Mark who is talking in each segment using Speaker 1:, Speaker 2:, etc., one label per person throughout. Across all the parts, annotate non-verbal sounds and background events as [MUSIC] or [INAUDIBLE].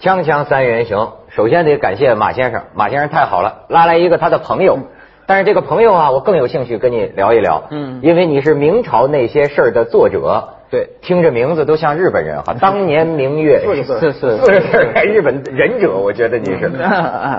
Speaker 1: 锵锵三人行，首先得感谢马先生，马先生太好了，拉来一个他的朋友。但是这个朋友啊，我更有兴趣跟你聊一聊，
Speaker 2: 嗯
Speaker 1: 因为你是明朝那些事儿的作者，
Speaker 2: 对，
Speaker 1: 听着名字都像日本人哈。当年明月
Speaker 2: 四十岁
Speaker 1: 四四四十岁还日本忍者，我觉得你是，
Speaker 2: 嗯 啊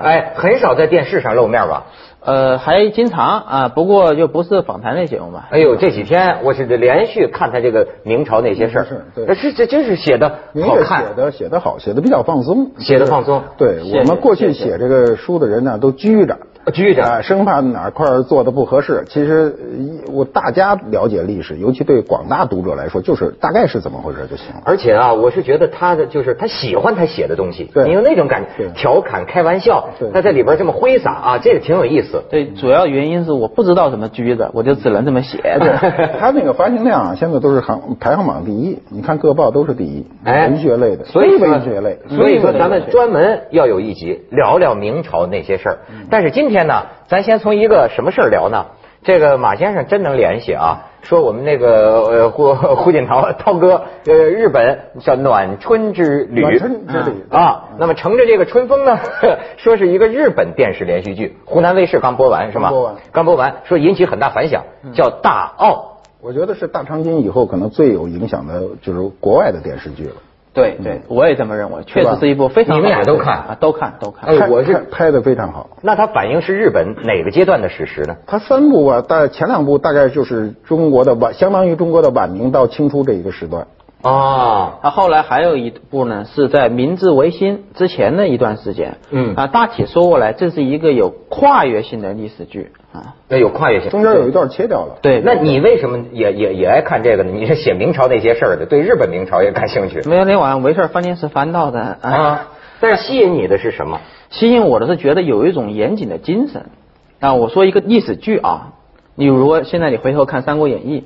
Speaker 1: [LAUGHS] 哎，很少在电视上露面吧？
Speaker 2: [LAUGHS] 呃，还经常啊，不过就不是访谈类节目吧。
Speaker 1: 哎呦，这几天我是连续看他这个明朝那些事儿
Speaker 3: 是，对
Speaker 1: 那是这真是写的
Speaker 3: 明
Speaker 1: 好
Speaker 3: 月
Speaker 1: 看
Speaker 3: 写，的写的好，写的比较放松，
Speaker 1: 写得放松
Speaker 3: 对
Speaker 2: 谢谢
Speaker 3: 我们过
Speaker 2: 谢
Speaker 3: 去
Speaker 2: 谢
Speaker 3: 写这个书的人呢，都拘着，
Speaker 1: 哦拘着
Speaker 3: 啊，生怕哪块儿做的不合适。其实呃一我大家了解历史，尤其对广大读者来说，就是大概是怎么回事就行了。
Speaker 1: 而且啊，我是觉得他的就是他喜欢他写的东西，
Speaker 3: 对
Speaker 1: 你有那种感觉
Speaker 3: 对，
Speaker 1: 调侃、开玩笑
Speaker 3: 对，
Speaker 1: 他在里边这么挥洒啊，这个挺有意思。
Speaker 2: 对，主要原因是我不知道怎么拘着，我就只能这么写着。
Speaker 1: [LAUGHS]
Speaker 3: 他那个发行量啊，现在都是行排行榜第一，你看各报都是第一，
Speaker 1: 哎，
Speaker 3: 文学类的，
Speaker 1: 所以
Speaker 3: 非
Speaker 1: 说
Speaker 3: 文学类，
Speaker 1: 所以说咱们
Speaker 3: 非文学类
Speaker 1: 专门要有一集聊聊明朝那些事儿。
Speaker 3: 嗯
Speaker 1: 但是今天呢，咱先从一个什么事儿聊呢？这个马先生真能联系啊，说我们那个呃胡 [LAUGHS] 胡锦涛涛哥，呃日本叫暖春之旅，
Speaker 3: 暖春之旅
Speaker 1: 啊，那么乘着这个春风呢， [LAUGHS] 说是一个日本电视连续剧，湖南卫视刚播完是吗？
Speaker 3: 刚播完嗯
Speaker 1: 刚播完，说引起很大反响，叫《大奥
Speaker 3: 我觉得是大长今以后可能最有影响的就是国外的电视剧了。
Speaker 2: 对对，我也这么认为，确实是一部非常
Speaker 1: 你
Speaker 2: 好的
Speaker 1: 们俩都
Speaker 2: 电视
Speaker 1: 看
Speaker 2: 啊，都看都看。
Speaker 1: 哎
Speaker 3: 看
Speaker 1: 我是
Speaker 3: 看拍的非常好。》，
Speaker 1: 那它反映是日本哪个阶段的史实呢？
Speaker 3: 它三部吧，大前两部大概就是中国的晚，相当于中国的晚明到清初这一个时段。
Speaker 1: 哦，
Speaker 2: 啊，后来还有一部呢，是在明治维新之前的一段时间。
Speaker 1: 嗯
Speaker 2: 啊，大体说过来，这是一个有跨越性的历史剧啊。
Speaker 1: 那有跨越性。
Speaker 3: 中间有一段切掉了。
Speaker 2: 对，
Speaker 1: 那你为什么也也也爱看这个呢？你是写明朝那些事儿的，对日本明朝也感兴趣
Speaker 2: 没有那晚上没事儿翻电视翻到的啊。
Speaker 1: 啊？但是吸引你的是什么？
Speaker 2: 吸引我的是觉得有一种严谨的精神。啊，我说一个历史剧啊，你如果现在你回头看《三国演义》，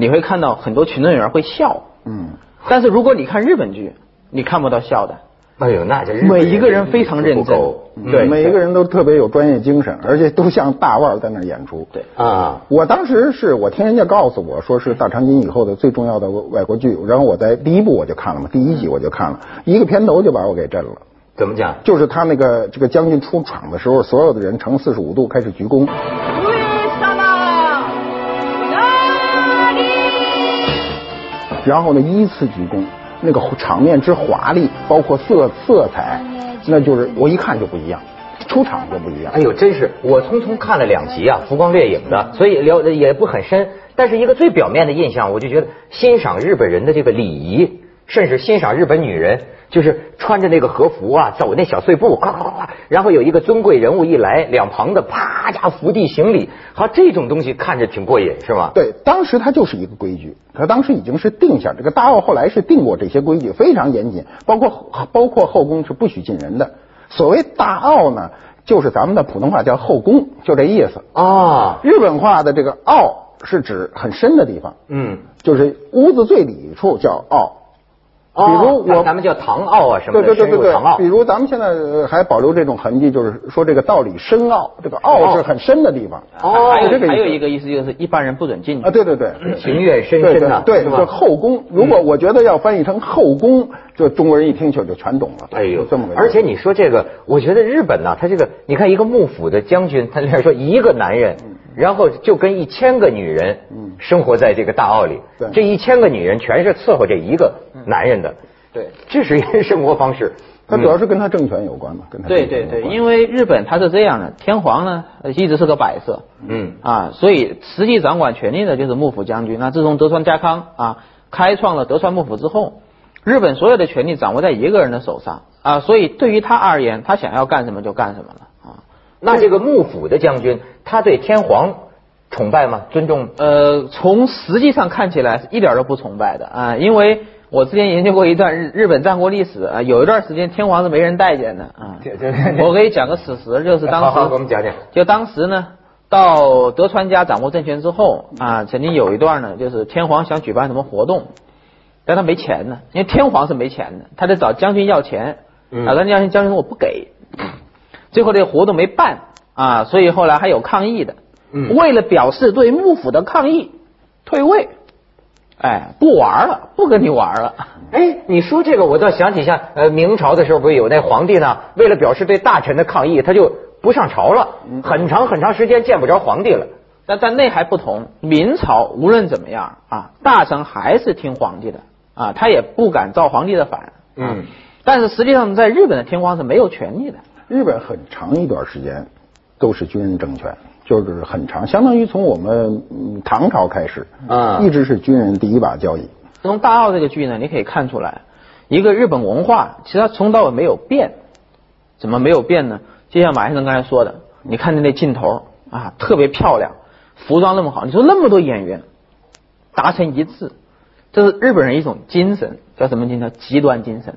Speaker 2: 你会看到很多群众演员会笑，
Speaker 3: 嗯，
Speaker 2: 但是如果你看日本剧，你看不到笑的。
Speaker 1: 哎呦，那这日本
Speaker 2: 每一个人非常认
Speaker 1: 不
Speaker 2: 真嗯
Speaker 1: 够，
Speaker 3: 对，每一个人都特别有专业精神，而且都像大腕儿在那儿演出。
Speaker 2: 对
Speaker 1: 啊，
Speaker 3: 我当时是我听人家告诉我说是大长今以后的最重要的外国剧，然后我在第一部我就看了嘛，第一集我就看了，一个片头就把我给震了。
Speaker 1: 怎么讲？
Speaker 3: 就是他那个这个将军出场的时候，所有的人呈四十五度开始鞠躬，
Speaker 4: 上様哪里？
Speaker 3: 然后呢依次鞠躬，那个场面之华丽，包括色色彩，那就是我一看就不一样，出场就不一样
Speaker 1: 嗯哎。呦，真是我匆匆看了两集啊，《浮光掠影》的，所以了解也不很深。但是一个最表面的印象，我就觉得欣赏日本人的这个礼仪，甚至欣赏日本女人，就是穿着那个和服啊，走那小碎步，咵咵咵咵，然后有一个尊贵人物一来，两旁的啪家伏地行礼，好这种东西看着挺过瘾，是吗？
Speaker 3: 对，当时它就是一个规矩，它当时已经是定下这个大奥，后来是定过这些规矩，非常严谨，包括包括后宫是不许进人的。所谓大奥呢，就是咱们的普通话叫后宫，就这意思。
Speaker 1: 啊，
Speaker 3: 日本话的这个奥是指很深的地方，
Speaker 1: 嗯，
Speaker 3: 就是屋子最里处叫奥。
Speaker 1: 哦
Speaker 3: 比如
Speaker 1: 咱
Speaker 3: 我
Speaker 1: 咱们叫唐奥啊什么的，
Speaker 3: 对对对对
Speaker 1: 深入唐
Speaker 3: 对，
Speaker 1: 奥
Speaker 3: 比如咱们现在呃还保留这种痕迹，就是说这个道理深奥，这个奥是很深的地方。
Speaker 1: 哦
Speaker 2: 还
Speaker 3: 这
Speaker 2: 有
Speaker 3: 个意思
Speaker 2: 还有一个意思就是一般人不准进去。
Speaker 3: 啊，对对对，对
Speaker 1: 情愿深
Speaker 3: 对
Speaker 1: 深呐
Speaker 3: 对
Speaker 1: 是
Speaker 3: 对，
Speaker 1: 吧
Speaker 3: 就后宫。如果我觉得要翻译成后宫，就中国人一听就就全懂了。
Speaker 1: 哎呦，
Speaker 3: 就这么个意思。
Speaker 1: 而且你说这个，我觉得日本呢、他这个，你看一个幕府的将军，他里面说一个男人，
Speaker 3: 嗯
Speaker 1: 然后就跟一千个女人，生活在这个大奥里
Speaker 3: 对，
Speaker 1: 这一千个女人全是伺候这一个男人的，
Speaker 2: 对
Speaker 1: 这是一个生活方式。
Speaker 3: 它主要是跟他政权有关嘛，跟他
Speaker 2: 对
Speaker 3: 政权
Speaker 2: 对
Speaker 3: 有
Speaker 2: 对，
Speaker 3: 关
Speaker 2: 因为日本它是这样的，天皇呢呃一直是个摆设，
Speaker 1: 嗯
Speaker 2: 啊，所以实际掌管权力的就是幕府将军。那自从德川家康啊开创了德川幕府之后，日本所有的权力掌握在一个人的手上啊，所以对于他而言，他想要干什么就干什么了啊。
Speaker 1: 那这个幕府的将军，他对天皇崇拜吗？尊重？
Speaker 2: 呃，从实际上看起来是一点儿都不崇拜的啊，因为我之前研究过一段日日本战国历史啊，有一段时间天皇是没人待见的啊
Speaker 1: 这这这。
Speaker 2: 我给你讲个史实，就是当时
Speaker 1: 好好给我们讲讲。
Speaker 2: 就当时呢，到德川家掌握政权之后啊，曾经有一段呢，就是天皇想举办什么活动，但他没钱呢，因为天皇是没钱的，他得找将军要钱，
Speaker 1: 嗯
Speaker 2: 啊，但将军将军说我不给，最后这个活动没办啊，所以后来还有抗议的，
Speaker 1: 嗯
Speaker 2: 为了表示对幕府的抗议，退位。哎，不玩了，不跟你玩了。
Speaker 1: 哎，你说这个，我倒想起像呃明朝的时候，不是有那皇帝呢？为了表示对大臣的抗议，他就不上朝了，很长很长时间见不着皇帝了。
Speaker 2: 但但那还不同，明朝无论怎么样啊，大臣还是听皇帝的啊，他也不敢造皇帝的反。啊、
Speaker 1: 嗯，
Speaker 2: 但是实际上，在日本的天皇是没有权利的。
Speaker 3: 日本很长一段时间都是军人政权，就是很长，相当于从我们嗯唐朝开始，
Speaker 1: 啊
Speaker 3: 一直是军人第一把交椅。
Speaker 2: 从大奥这个剧呢，你可以看出来，一个日本文化其实它从头到尾没有变。怎么没有变呢？就像马先生刚才说的，你看见那镜头啊，特别漂亮，服装那么好，你说那么多演员达成一致，这是日本人一种精神，叫什么精神？叫极端精神。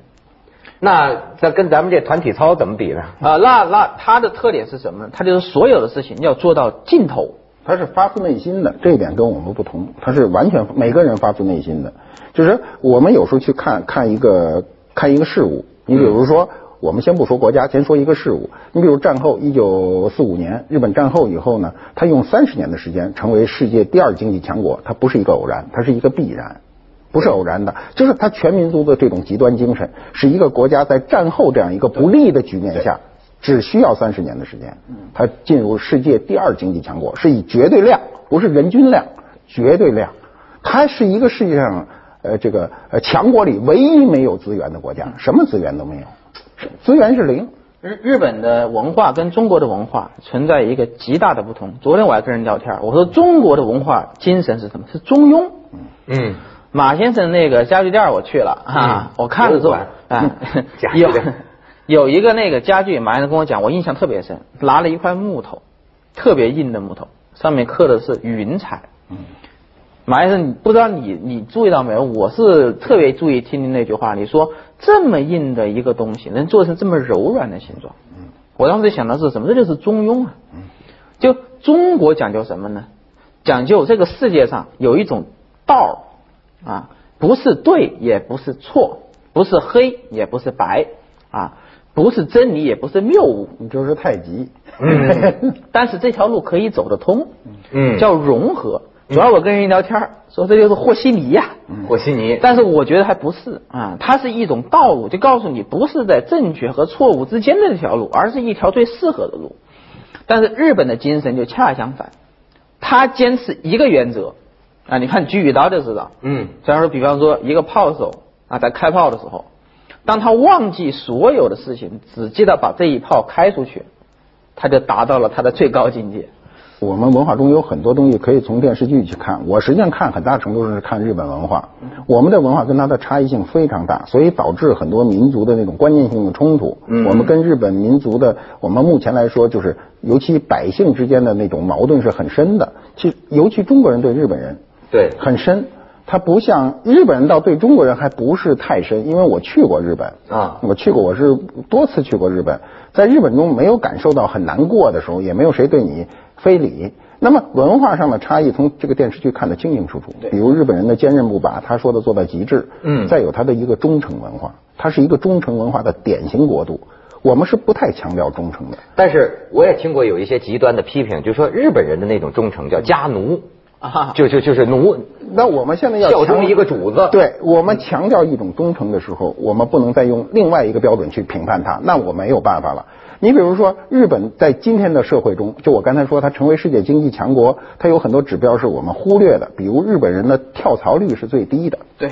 Speaker 1: 那这跟咱们这团体操怎么比呢？
Speaker 2: 啊，那那它的特点是什么呢？它就是所有的事情要做到尽头。
Speaker 3: 他是发自内心的，这一点跟我们不同，他是完全每个人发自内心的。就是我们有时候去看看一个看一个事物，你比如说，我们先不说国家，先说一个事物。你比如战后一九四五年，日本战后以后呢，他用三十年的时间成为世界第二经济强国，它不是一个偶然，它是一个必然。不是偶然的，就是他全民族的这种极端精神，是一个国家在战后这样一个不利的局面下，只需要三十年的时间，它进入世界第二经济强国，是以绝对量，不是人均量，绝对量，它是一个世界上呃这个呃强国里唯一没有资源的国家，什么资源都没有，是资源是零。
Speaker 2: 日日本的文化跟中国的文化存在一个极大的不同。昨天我还跟人聊天，我说中国的文化精神是什么？是中庸。
Speaker 1: 嗯，
Speaker 2: 马先生那个家具店我去了啊，我看了之后
Speaker 1: 博物馆
Speaker 2: 啊
Speaker 1: [LAUGHS] 嗯，家具
Speaker 2: 有
Speaker 1: 店
Speaker 2: [LAUGHS] 有一个那个家具，马先生跟我讲，我印象特别深，拿了一块木头，特别硬的木头，上面刻的是云彩。马先生，不知道你你注意到没有？我是特别注意听您那句话，你说这么硬的一个东西能做成这么柔软的形状，我当时想到是什么？这就是中庸啊。就中国讲究什么呢？讲究这个世界上有一种道儿啊，不是对也不是错，不是黑也不是白啊，不是真理也不是谬误，
Speaker 3: 你就是太极，
Speaker 2: [LAUGHS] 但是这条路可以走得通，
Speaker 1: [LAUGHS] 嗯
Speaker 2: 叫融合。主要我跟人聊天儿说这就是和稀泥呀、
Speaker 1: 和稀泥，
Speaker 2: 但是我觉得还不是啊，它是一种道路，就告诉你不是在正确和错误之间的这条路，而是一条最适合的路。但是日本的精神就恰恰相反，他坚持一个原则啊，你看举雨刀就知道，
Speaker 1: 嗯
Speaker 2: 虽然说，比方说一个炮手啊，在开炮的时候，当他忘记所有的事情，只记得把这一炮开出去，他就达到了他的最高境界。
Speaker 3: 我们文化中有很多东西可以从电视剧去看，我实际上看很大程度上是看日本文化，我们的文化跟它的差异性非常大，所以导致很多民族的那种观念性的冲突。我们跟日本民族的，我们目前来说就是，尤其百姓之间的那种矛盾是很深的，其尤其中国人对日本人，
Speaker 1: 对
Speaker 3: 很深。他不像日本人到对中国人还不是太深，因为我去过日本
Speaker 1: 啊
Speaker 3: 我去过，我是多次去过日本，在日本中没有感受到很难过的时候，也没有谁对你非礼。那么文化上的差异，从这个电视剧看得清清楚楚。比如日本人的坚韧不拔，他说的做到极致，
Speaker 1: 嗯
Speaker 3: 再有他的一个忠诚文化，它是一个忠诚文化的典型国度。我们是不太强调忠诚的，
Speaker 1: 但是我也听过有一些极端的批评，就说日本人的那种忠诚叫家奴
Speaker 2: 啊
Speaker 1: 就就就是奴，
Speaker 3: 那我们现在要
Speaker 1: 效
Speaker 3: 强
Speaker 1: 忠一个主子。，
Speaker 3: 对我们强调一种忠诚的时候，我们不能再用另外一个标准去评判它，那我没有办法了。你比如说，日本在今天的社会中，就我刚才说，它成为世界经济强国，它有很多指标是我们忽略的，比如日本人的跳槽率是最低的。
Speaker 2: 对，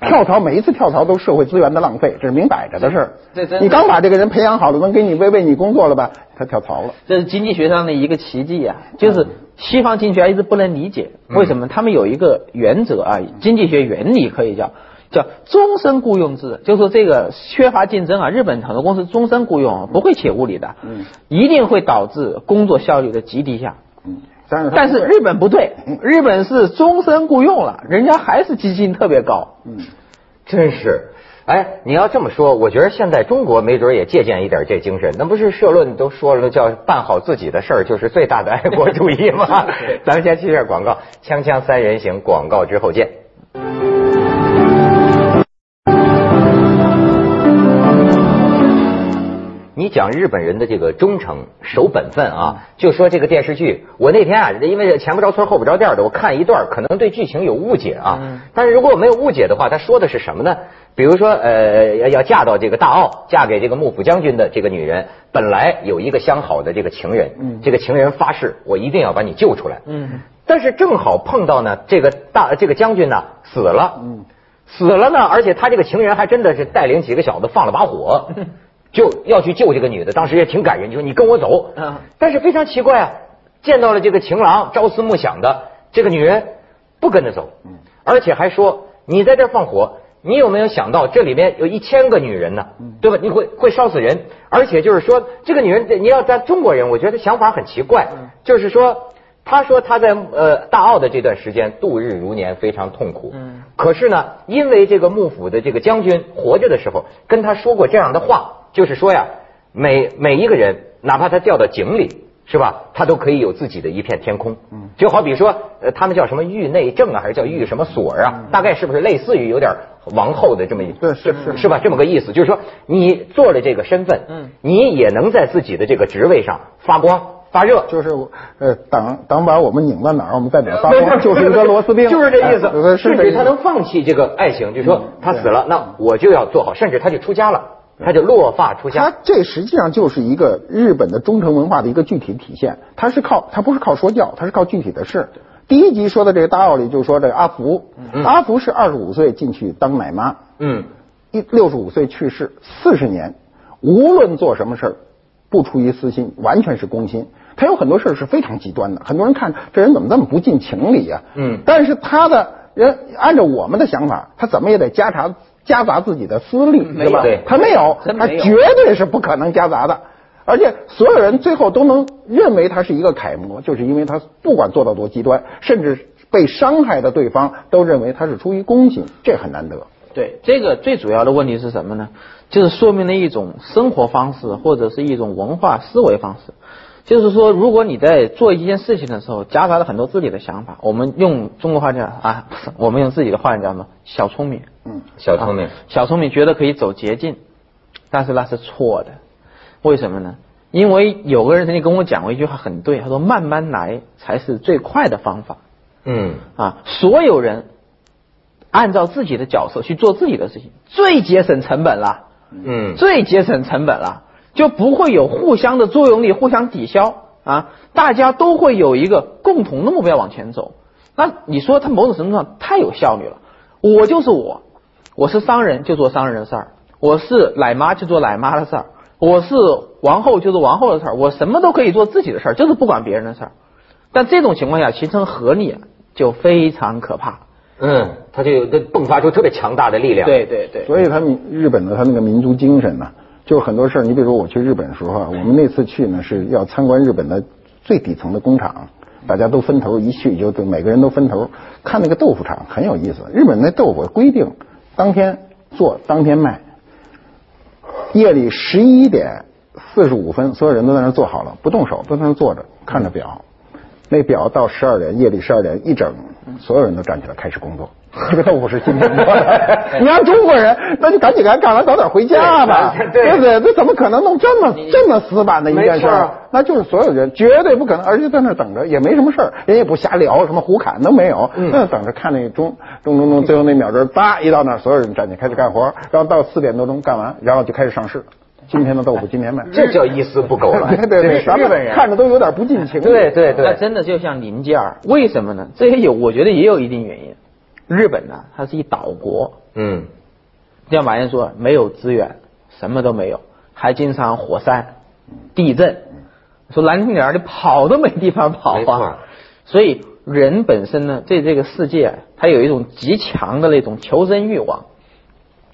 Speaker 3: 跳槽每一次跳槽都是社会资源的浪费，这是明摆着的事儿
Speaker 2: 这真。的
Speaker 3: 你刚把这个人培养好了，能给你为为你工作了吧？他跳槽了。
Speaker 2: 这是经济学上的一个奇迹啊，就是西方经济学一直不能理解，为什么？他们有一个原则啊，经济学原理可以叫叫终身雇佣制，就说这个缺乏竞争啊，日本很多公司终身雇佣啊不会写无理的，嗯，一定会导致工作效率的极低下。
Speaker 3: 嗯，但是他
Speaker 2: 但是日本不对，日本是终身雇佣了，人家还是积极性特别高。
Speaker 1: 真是。哎，你要这么说，我觉得现在中国没准也借鉴一点这精神。那不是社论都说了，叫办好自己的事儿就是最大的爱国主义吗？咱们先去一下广告，锵锵三人行广告之后见。你讲日本人的这个忠诚、守本分
Speaker 3: 嗯
Speaker 1: 啊，就说这个电视剧，我那天啊，因为前不着村后不着店的，我看一段，可能对剧情有误解啊。
Speaker 3: 嗯
Speaker 1: 但是如果我没有误解的话，他说的是什么呢？比如说，呃，要要嫁到这个大澳，嫁给这个幕府将军的这个女人，本来有一个相好的这个情人，
Speaker 3: 嗯
Speaker 1: 这个情人发誓，我一定要把你救出来，
Speaker 2: 嗯，
Speaker 1: 但是正好碰到呢，这个大这个将军呢死了，
Speaker 3: 嗯，
Speaker 1: 死了呢，而且他这个情人还真的是带领几个小子放了把火，就要去救这个女的，当时也挺感人，就说你跟我走，
Speaker 2: 嗯
Speaker 1: 但是非常奇怪啊，见到了这个情郎朝思暮想的这个女人不跟着走，而且还说你在这儿放火。你有没有想到这里面有一千个女人呢？对吧？你会会烧死人，而且就是说，这个女人你要在中国人，我觉得想法很奇怪，就是说，他说他在呃大澳的这段时间度日如年，非常痛苦。
Speaker 2: 嗯，
Speaker 1: 可是呢，因为这个幕府的这个将军活着的时候跟他说过这样的话，就是说呀，每每一个人，哪怕他掉到井里，是吧？他都可以有自己的一片天空。嗯，就好比说，呃，他们叫什么域内政啊，还是叫域什么所啊？大概是不是类似于有点王后的这么一
Speaker 3: 对是
Speaker 1: 是是吧？这么个意思，就是说你做了这个身份，
Speaker 2: 嗯，
Speaker 1: 你也能在自己的这个职位上发光发热。
Speaker 3: 就是我呃，党党把我们拧到哪儿，我们在 [LAUGHS] 哪儿发光，就是一个螺丝钉，
Speaker 1: 呃 [LAUGHS] 就是这意
Speaker 3: 哎呃
Speaker 1: 思。
Speaker 3: 是
Speaker 1: 甚
Speaker 3: 这意
Speaker 1: 至
Speaker 3: 思
Speaker 1: 他能放弃这个爱情，就说
Speaker 3: 嗯
Speaker 1: 他死了，那我就要做好，甚至他就出家了，他就落发出
Speaker 3: 它
Speaker 1: 家。
Speaker 3: 这实际上就是一个日本的忠诚文化的一个具体体现。它是靠它不是靠说教，它是靠具体的事。第一集说的这个大道理，就是说这个阿福，阿福是二十五岁进去当奶妈，
Speaker 1: 嗯，
Speaker 3: 一六十五岁去世，四十年，无论做什么事儿，不出于私心，完全是公心。他有很多事儿是非常极端的，很多人看这人怎么这么不近情理呀、
Speaker 1: 嗯
Speaker 3: 但是他的人按照我们的想法，他怎么也得夹杂夹杂自己的私利，
Speaker 2: 嗯没
Speaker 3: 对吧？
Speaker 1: 有
Speaker 3: 他没有，
Speaker 2: 真
Speaker 3: 他
Speaker 2: 没有
Speaker 3: 绝对是不可能夹杂的。而且所有人最后都能认为他是一个楷模，就是因为他不管做到多极端，甚至被伤害的对方都认为他是出于公心，这很难得。
Speaker 2: 对，这个最主要的问题是什么呢？就是说明了一种生活方式或者是一种文化思维方式。就是说，如果你在做一件事情的时候，夹杂了很多自己的想法，我们用中国话讲啊， [LAUGHS] 不是我们用自己的话讲什么？小聪明。
Speaker 3: 嗯
Speaker 1: 小聪明
Speaker 2: 啊，小聪明觉得可以走捷径，但是那是错的。为什么呢？因为有个人曾经跟我讲过一句话，很对，他说慢慢来才是最快的方法。
Speaker 1: 嗯，
Speaker 2: 啊，所有人按照自己的角色去做自己的事情，最节省成本了，
Speaker 1: 嗯，
Speaker 2: 最节省成本了，就不会有互相的作用力互相抵消啊，大家都会有一个共同的目标往前走。那你说它某种程度上太有效率了，我就是我，我是商人就做商人的事儿，我是奶妈就做奶妈的事儿，我是王后就做王后的事儿，我什么都可以做自己的事儿，就是不管别人的事儿。但这种情况下形成合力啊就非常可怕。
Speaker 1: 嗯，他就有个迸发出特别强大的力量。，
Speaker 2: 对对对，
Speaker 3: 所以他们日本的他那个民族精神呢、就是很多事儿。你比如我去日本的时候啊，我们那次去呢是要参观日本的最底层的工厂，大家都分头一去就都每个人都分头看那个豆腐厂很有意思。日本那豆腐规定当天做当天卖，夜里十一点四十五分，所有人都在那儿坐好了，不动手，都在那儿坐着看着表。那表到十二点，夜里十二点一整，所有人都站起来开始工作。 [LAUGHS] 这个我是新中国
Speaker 1: [LAUGHS]
Speaker 3: 的，你让中国人，那就赶紧干干完，早点回家吧，
Speaker 1: 对
Speaker 3: 对不对？这怎么可能弄这么这么死板的一件
Speaker 1: 没
Speaker 3: 事
Speaker 1: 错
Speaker 3: 儿
Speaker 1: 儿
Speaker 3: 啊？那就是所有人绝对不可能，而且在那儿等着也没什么事儿，人也不瞎聊，什么胡侃都没有，
Speaker 1: 嗯
Speaker 3: 在那等着看那钟钟钟钟，最后那秒针叭一到那儿，所有人站起来开始干活，然后到四点多钟干完，然后就开始上市，今天的豆腐今天卖，。
Speaker 1: 这叫一丝不苟了
Speaker 3: [LAUGHS] 对对对，咱
Speaker 1: 日本
Speaker 3: 们
Speaker 1: 人。
Speaker 3: 看着都有点不近情理。
Speaker 1: 对对
Speaker 2: 那
Speaker 1: 对，
Speaker 2: 真的就像零件儿，为什么呢？这也有，我觉得也有一定原因。日本呢，它是一岛国，
Speaker 1: 嗯，
Speaker 2: 就像马燕说，没有资源，什么都没有，还经常火山、地震。说难听点儿，你跑都没地方跑
Speaker 1: 没错
Speaker 2: 啊。所以人本身呢，对这个世界啊，他有一种极强的那种求生欲望，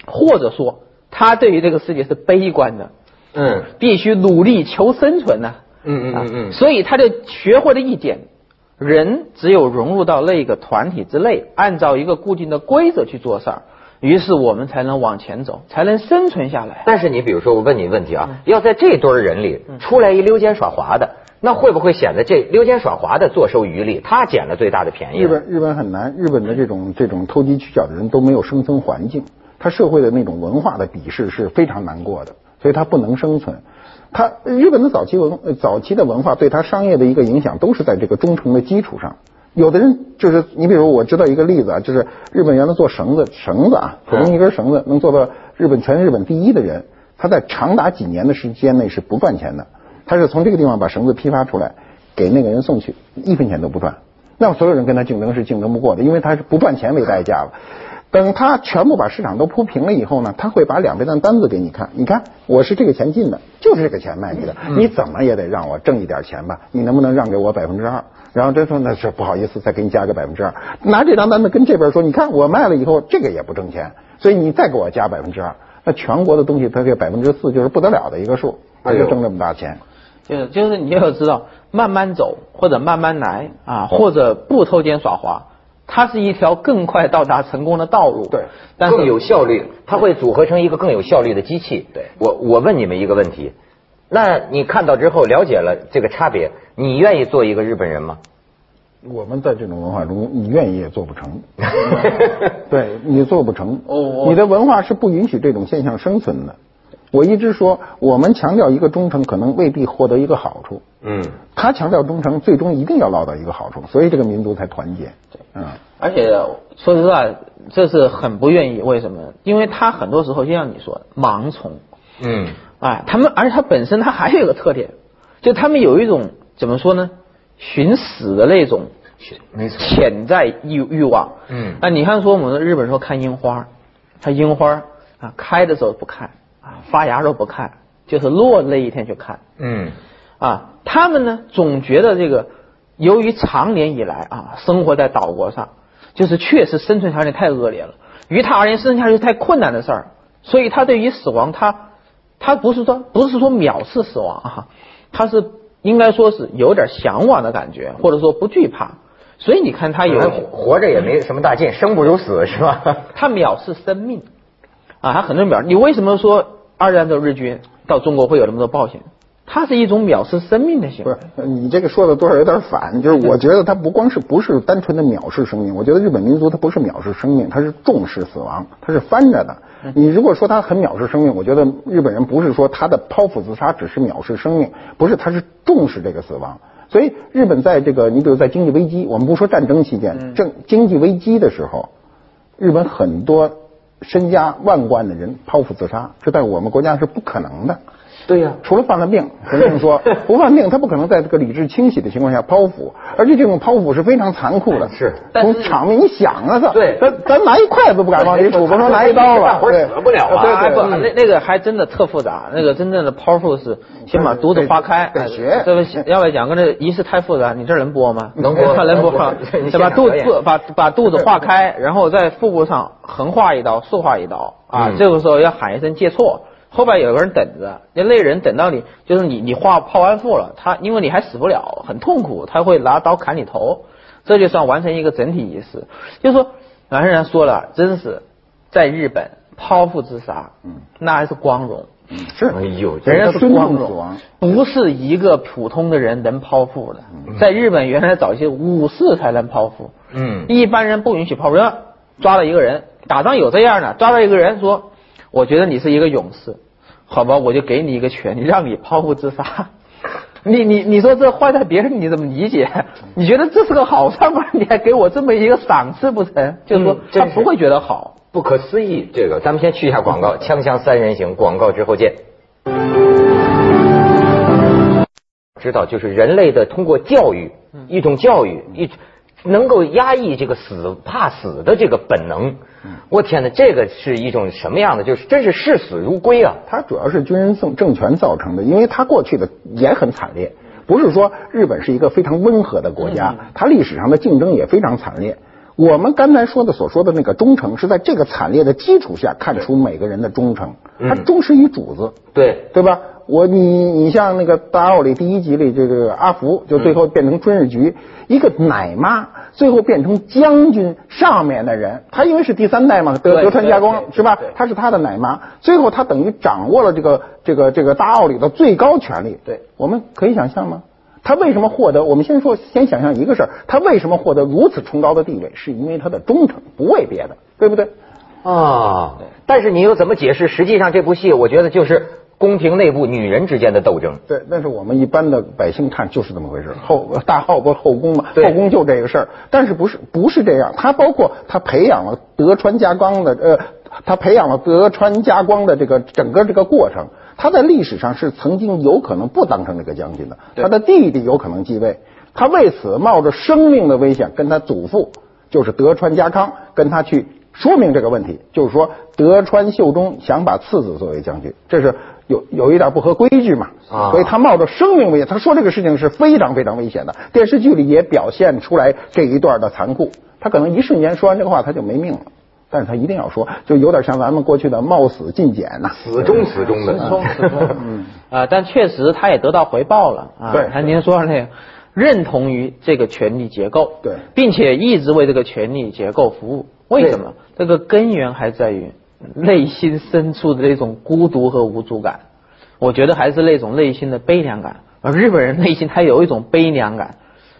Speaker 2: 或者说他对于这个世界是悲观的，
Speaker 1: 嗯，
Speaker 2: 必须努力求生存呐、
Speaker 1: 嗯嗯嗯嗯
Speaker 2: 啊所以他就学会了一点，人只有融入到那个团体之内，按照一个固定的规则去做事儿，于是我们才能往前走，才能生存下来。
Speaker 1: 但是你比如说，我问你问题
Speaker 3: 嗯
Speaker 1: 啊，要在这堆人里出来一溜肩耍滑的，那会不会显得这溜肩耍滑的坐收渔利，他捡了最大的便宜
Speaker 3: 日
Speaker 1: 呢？
Speaker 3: 本日本很难，日本的这种这种投机取巧的人都没有生存环境，他社会的那种文化的鄙视是非常难过的，所以他不能生存。它日本的早期文呃早期的文化对它商业的一个影响，都是在这个忠诚的基础上。有的人就是你，比如我知道一个例子啊，就是日本原来做绳子，绳子啊，
Speaker 1: 嗯
Speaker 3: 普通一根绳子能做到日本全日本第一的人，他在长达几年的时间内是不赚钱的，他是从这个地方把绳子批发出来，给那个人送去，一分钱都不赚。那么所有人跟他竞争是竞争不过的，因为他是不赚钱为代价了。等他全部把市场都铺平了以后呢，他会把两倍的单子给你看。你看，我是这个钱进的，就是这个钱卖你的，你怎么也得让我挣一点钱吧？你能不能让给我百分之二？然后这说那是不好意思，再给你加个百分之二。拿这张单子跟这边说，你看我卖了以后，这个也不挣钱，所以你再给我加百分之二。那全国的东西，它这百分之四就是不得了的一个数，他就挣这么大钱。
Speaker 2: 就是就是你要知道，慢慢走或者慢慢来啊，或者不偷奸耍滑，它是一条更快到达成功的道路。
Speaker 3: 对，
Speaker 2: 但
Speaker 1: 更
Speaker 2: 是
Speaker 1: 有效率，它会组合成一个更有效率的机器。
Speaker 3: 对
Speaker 1: 我我问你们一个问题，那你看到之后了解了这个差别，你愿意做一个日本人吗？
Speaker 3: 我们在这种文化中，你愿意也做
Speaker 2: [LAUGHS]
Speaker 3: 不成，对你做不成。
Speaker 2: 哦我
Speaker 3: 你的文化是不允许这种现象生存的。我一直说，我们强调一个忠诚，可能未必获得一个好处。
Speaker 1: 嗯，
Speaker 3: 他强调忠诚，最终一定要捞到一个好处，所以这个民族才团结。嗯，
Speaker 2: 而且说实话，这是很不愿意。为什么？因为他很多时候就像你说的，盲从。
Speaker 1: 嗯，
Speaker 2: 哎，他们而且他本身他还有一个特点，就他们有一种怎么说呢？寻死的那种
Speaker 1: 没错。
Speaker 2: 潜在欲欲望。
Speaker 1: 嗯
Speaker 2: 那你看说我们日本说看樱花，它樱花啊开的时候不看啊，发芽时候不看，就是落的那一天去看
Speaker 1: 嗯，
Speaker 2: 啊。他们呢总觉得这个，由于长年以来啊生活在岛国上，就是确实生存条件太恶劣了，于他而言生存下去是太困难的事儿，所以他对于死亡他他不是说不是说藐视死亡啊，他是应该说是有点向往的感觉，或者说不惧怕。所以你看他有
Speaker 1: 有活着也没什么大劲，生不如死是吧？
Speaker 2: 他藐视生命啊，他很多人藐。你为什么说二战的日军到中国会有那么多暴行？它是一种藐视生命的行
Speaker 3: 不
Speaker 2: 为
Speaker 3: 是。你这个说的多少有点反，就是我觉得他不光是不是单纯的藐视生命，我觉得日本民族他不是藐视生命，他是重视死亡，他是翻着的。你如果说他很藐视生命，我觉得日本人不是说他的剖腹自杀只是藐视生命，不是，他是重视这个死亡。所以日本在这个，你比如在经济危机，我们不说战争期间，正经济危机的时候，日本很多身家万贯的人剖腹自杀，这在我们国家是不可能的。
Speaker 1: 对呀、
Speaker 3: 除了犯了病，咱这
Speaker 1: [LAUGHS]
Speaker 3: 么说，不犯病，他不可能在这个理智清醒的情况下剖腹，而且这种剖腹是非常残酷的。
Speaker 1: 是
Speaker 2: 但是
Speaker 3: 从场面，你想啊，咱
Speaker 1: 对
Speaker 3: 咱咱拿一筷子不敢往里杵，甭说拿一刀了，
Speaker 1: 活
Speaker 3: 对
Speaker 1: 死 [LAUGHS] 不了啊
Speaker 3: 对
Speaker 2: 哎不
Speaker 3: 对，
Speaker 2: 那那个还真的特复杂。那个真正的剖腹是先把肚子划开，
Speaker 3: 得得学
Speaker 2: 这不要不然讲跟这仪式太复杂，你这儿能播吗？ [LAUGHS]
Speaker 1: 能播
Speaker 2: 能
Speaker 1: 能
Speaker 2: 播
Speaker 1: 播。
Speaker 2: 再把
Speaker 1: 你现场
Speaker 2: 肚
Speaker 1: 表演
Speaker 2: 肚把把肚子划开，然后在腹部上横划一刀，竖划一刀啊。
Speaker 1: 嗯
Speaker 2: 这个时候要喊一声借错。后边有个人等着，那那人等到你，就是你，你画泡完腹了，他因为你还死不了，很痛苦，他会拿刀砍你头，这就算完成一个整体仪式。就是说，有些人说了，真是在日本剖腹自杀，嗯，那还是光荣，
Speaker 3: 是，
Speaker 1: [LAUGHS] 哎呦
Speaker 3: 人家
Speaker 2: 人
Speaker 3: 是
Speaker 2: 家
Speaker 3: 尊
Speaker 2: 光
Speaker 3: 重死亡
Speaker 2: 荣。，不是一个普通的人能剖腹的。
Speaker 3: 嗯
Speaker 2: 在日本原来早期武士才能剖腹，
Speaker 1: 嗯
Speaker 2: 一般人不允许剖腹。人家抓了一个人，打仗有这样的，抓到一个人说，我觉得你是一个勇士，好吧，我就给你一个权利，让你剖腹自杀。 [LAUGHS] 你你你说这换在别人你怎么理解？你觉得这是个好事吗？ [LAUGHS] 你还给我这么一个赏赐不成？就是说
Speaker 1: 嗯真
Speaker 2: 他
Speaker 1: 是
Speaker 2: 不会觉得好。
Speaker 1: 不可思议，这个咱们先去一下广告，《锵锵三人行》广告之后见。知道，就是人类的通过教育，一种教育，一能够压抑这个死怕死的这个本能。我天哪，这个是一种什么样的？就是真是视死如归啊！
Speaker 3: 它主要是军人政政权造成的，因为它过去的也很惨烈，不是说日本是一个非常温和的国家，
Speaker 1: 嗯
Speaker 3: 它历史上的竞争也非常惨烈。我们刚才说的所说的那个忠诚，是在这个惨烈的基础下看出每个人的忠诚，
Speaker 1: 嗯
Speaker 3: 他忠实于主子，
Speaker 1: 对，
Speaker 3: 对吧？我你你像那个《大奥》里第一集里这个阿福，就最后变成春日
Speaker 2: 嗯
Speaker 3: 局，一个奶妈，最后变成将军上面的人。他因为是第三代嘛，德
Speaker 2: 对
Speaker 3: 德川家光
Speaker 2: 对对
Speaker 3: 是吧
Speaker 2: 对？
Speaker 3: 他是他的奶妈，最后他等于掌握了这个这个这个《大奥》里的最高权力。
Speaker 2: 对，
Speaker 3: 我们可以想象吗？他为什么获得？我们先说，先想象一个事儿，他为什么获得如此崇高的地位？是因为他的忠诚，不为别的，对不对？
Speaker 1: 啊，但是你又怎么解释？实际上这部戏，我觉得就是宫廷内部女人之间的斗争。
Speaker 3: 对，但是我们一般的百姓看就是这么回事。后大号不后宫嘛，
Speaker 1: 对
Speaker 3: 后宫就这个事儿。但是不是不是这样？他包括他培养了德川家光的呃，他培养了德川家光的这个整个这个过程。他在历史上是曾经有可能不当成这个将军的，
Speaker 2: 对
Speaker 3: 他的弟弟有可能继位，他为此冒着生命的危险跟他祖父就是德川家康跟他去说明这个问题，就是说德川秀忠想把次子作为将军，这是有有一点不合规矩嘛，
Speaker 1: 啊
Speaker 3: 所以他冒着生命危险，他说这个事情是非常非常危险的。电视剧里也表现出来这一段的残酷，他可能一瞬间说完这个话他就没命了。但是他一定要说，就有点像咱们过去的冒死进谏呐、
Speaker 1: 死忠死忠的，
Speaker 2: 始终始终，嗯，啊，但确实他也得到回报了啊。
Speaker 3: 对
Speaker 2: 像您说的那个，认同于这个权力结构，
Speaker 3: 对
Speaker 2: 并且一直为这个权力结构服务。为什么？这个根源还在于内心深处的那种孤独和无助感。我觉得还是那种内心的悲凉感。而日本人内心他有一种悲凉感，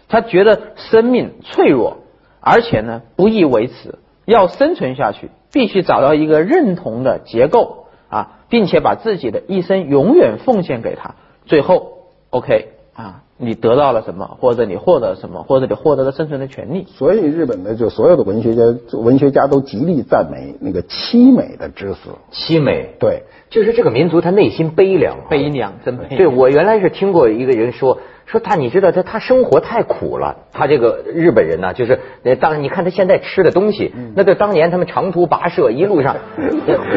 Speaker 2: 他觉得生命脆弱，而且呢不易维持，要生存下去必须找到一个认同的结构啊，并且把自己的一生永远奉献给他。最后，OK 啊，你得到了什么，或者你获得了什么，或者你获得了生存的权利。
Speaker 3: 所以日本的就所有的文学家文学家都极力赞美那个凄美的之死。
Speaker 1: 凄美。
Speaker 3: 对，
Speaker 1: 就是这个民族，他内心悲凉啊，
Speaker 2: 悲凉，真悲凉。
Speaker 1: 对我原来是听过一个人说，说他你知道他他生活太苦了，他这个日本人呢、就是呃当然你看他现在吃的东西，那对当年他们长途跋涉一路上，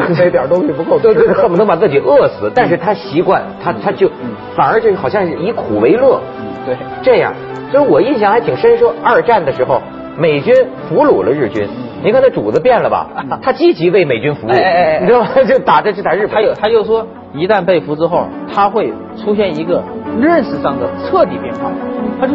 Speaker 3: 那点儿东西不够吃
Speaker 1: 对对，对恨不得把自己饿死，但是他习惯，他他就反而就好像是以苦为乐，
Speaker 2: 对，
Speaker 1: 这样，所以我印象还挺深，说二战的时候美军俘虏了日军。你看他主子变了吧？他积极为美军服务，
Speaker 2: 哎哎哎哎
Speaker 1: 你知道吗？ [LAUGHS] 就打的就打日本，
Speaker 2: 他有，他就说，一旦被俘之后，他会出现一个认识上的彻底变化。他就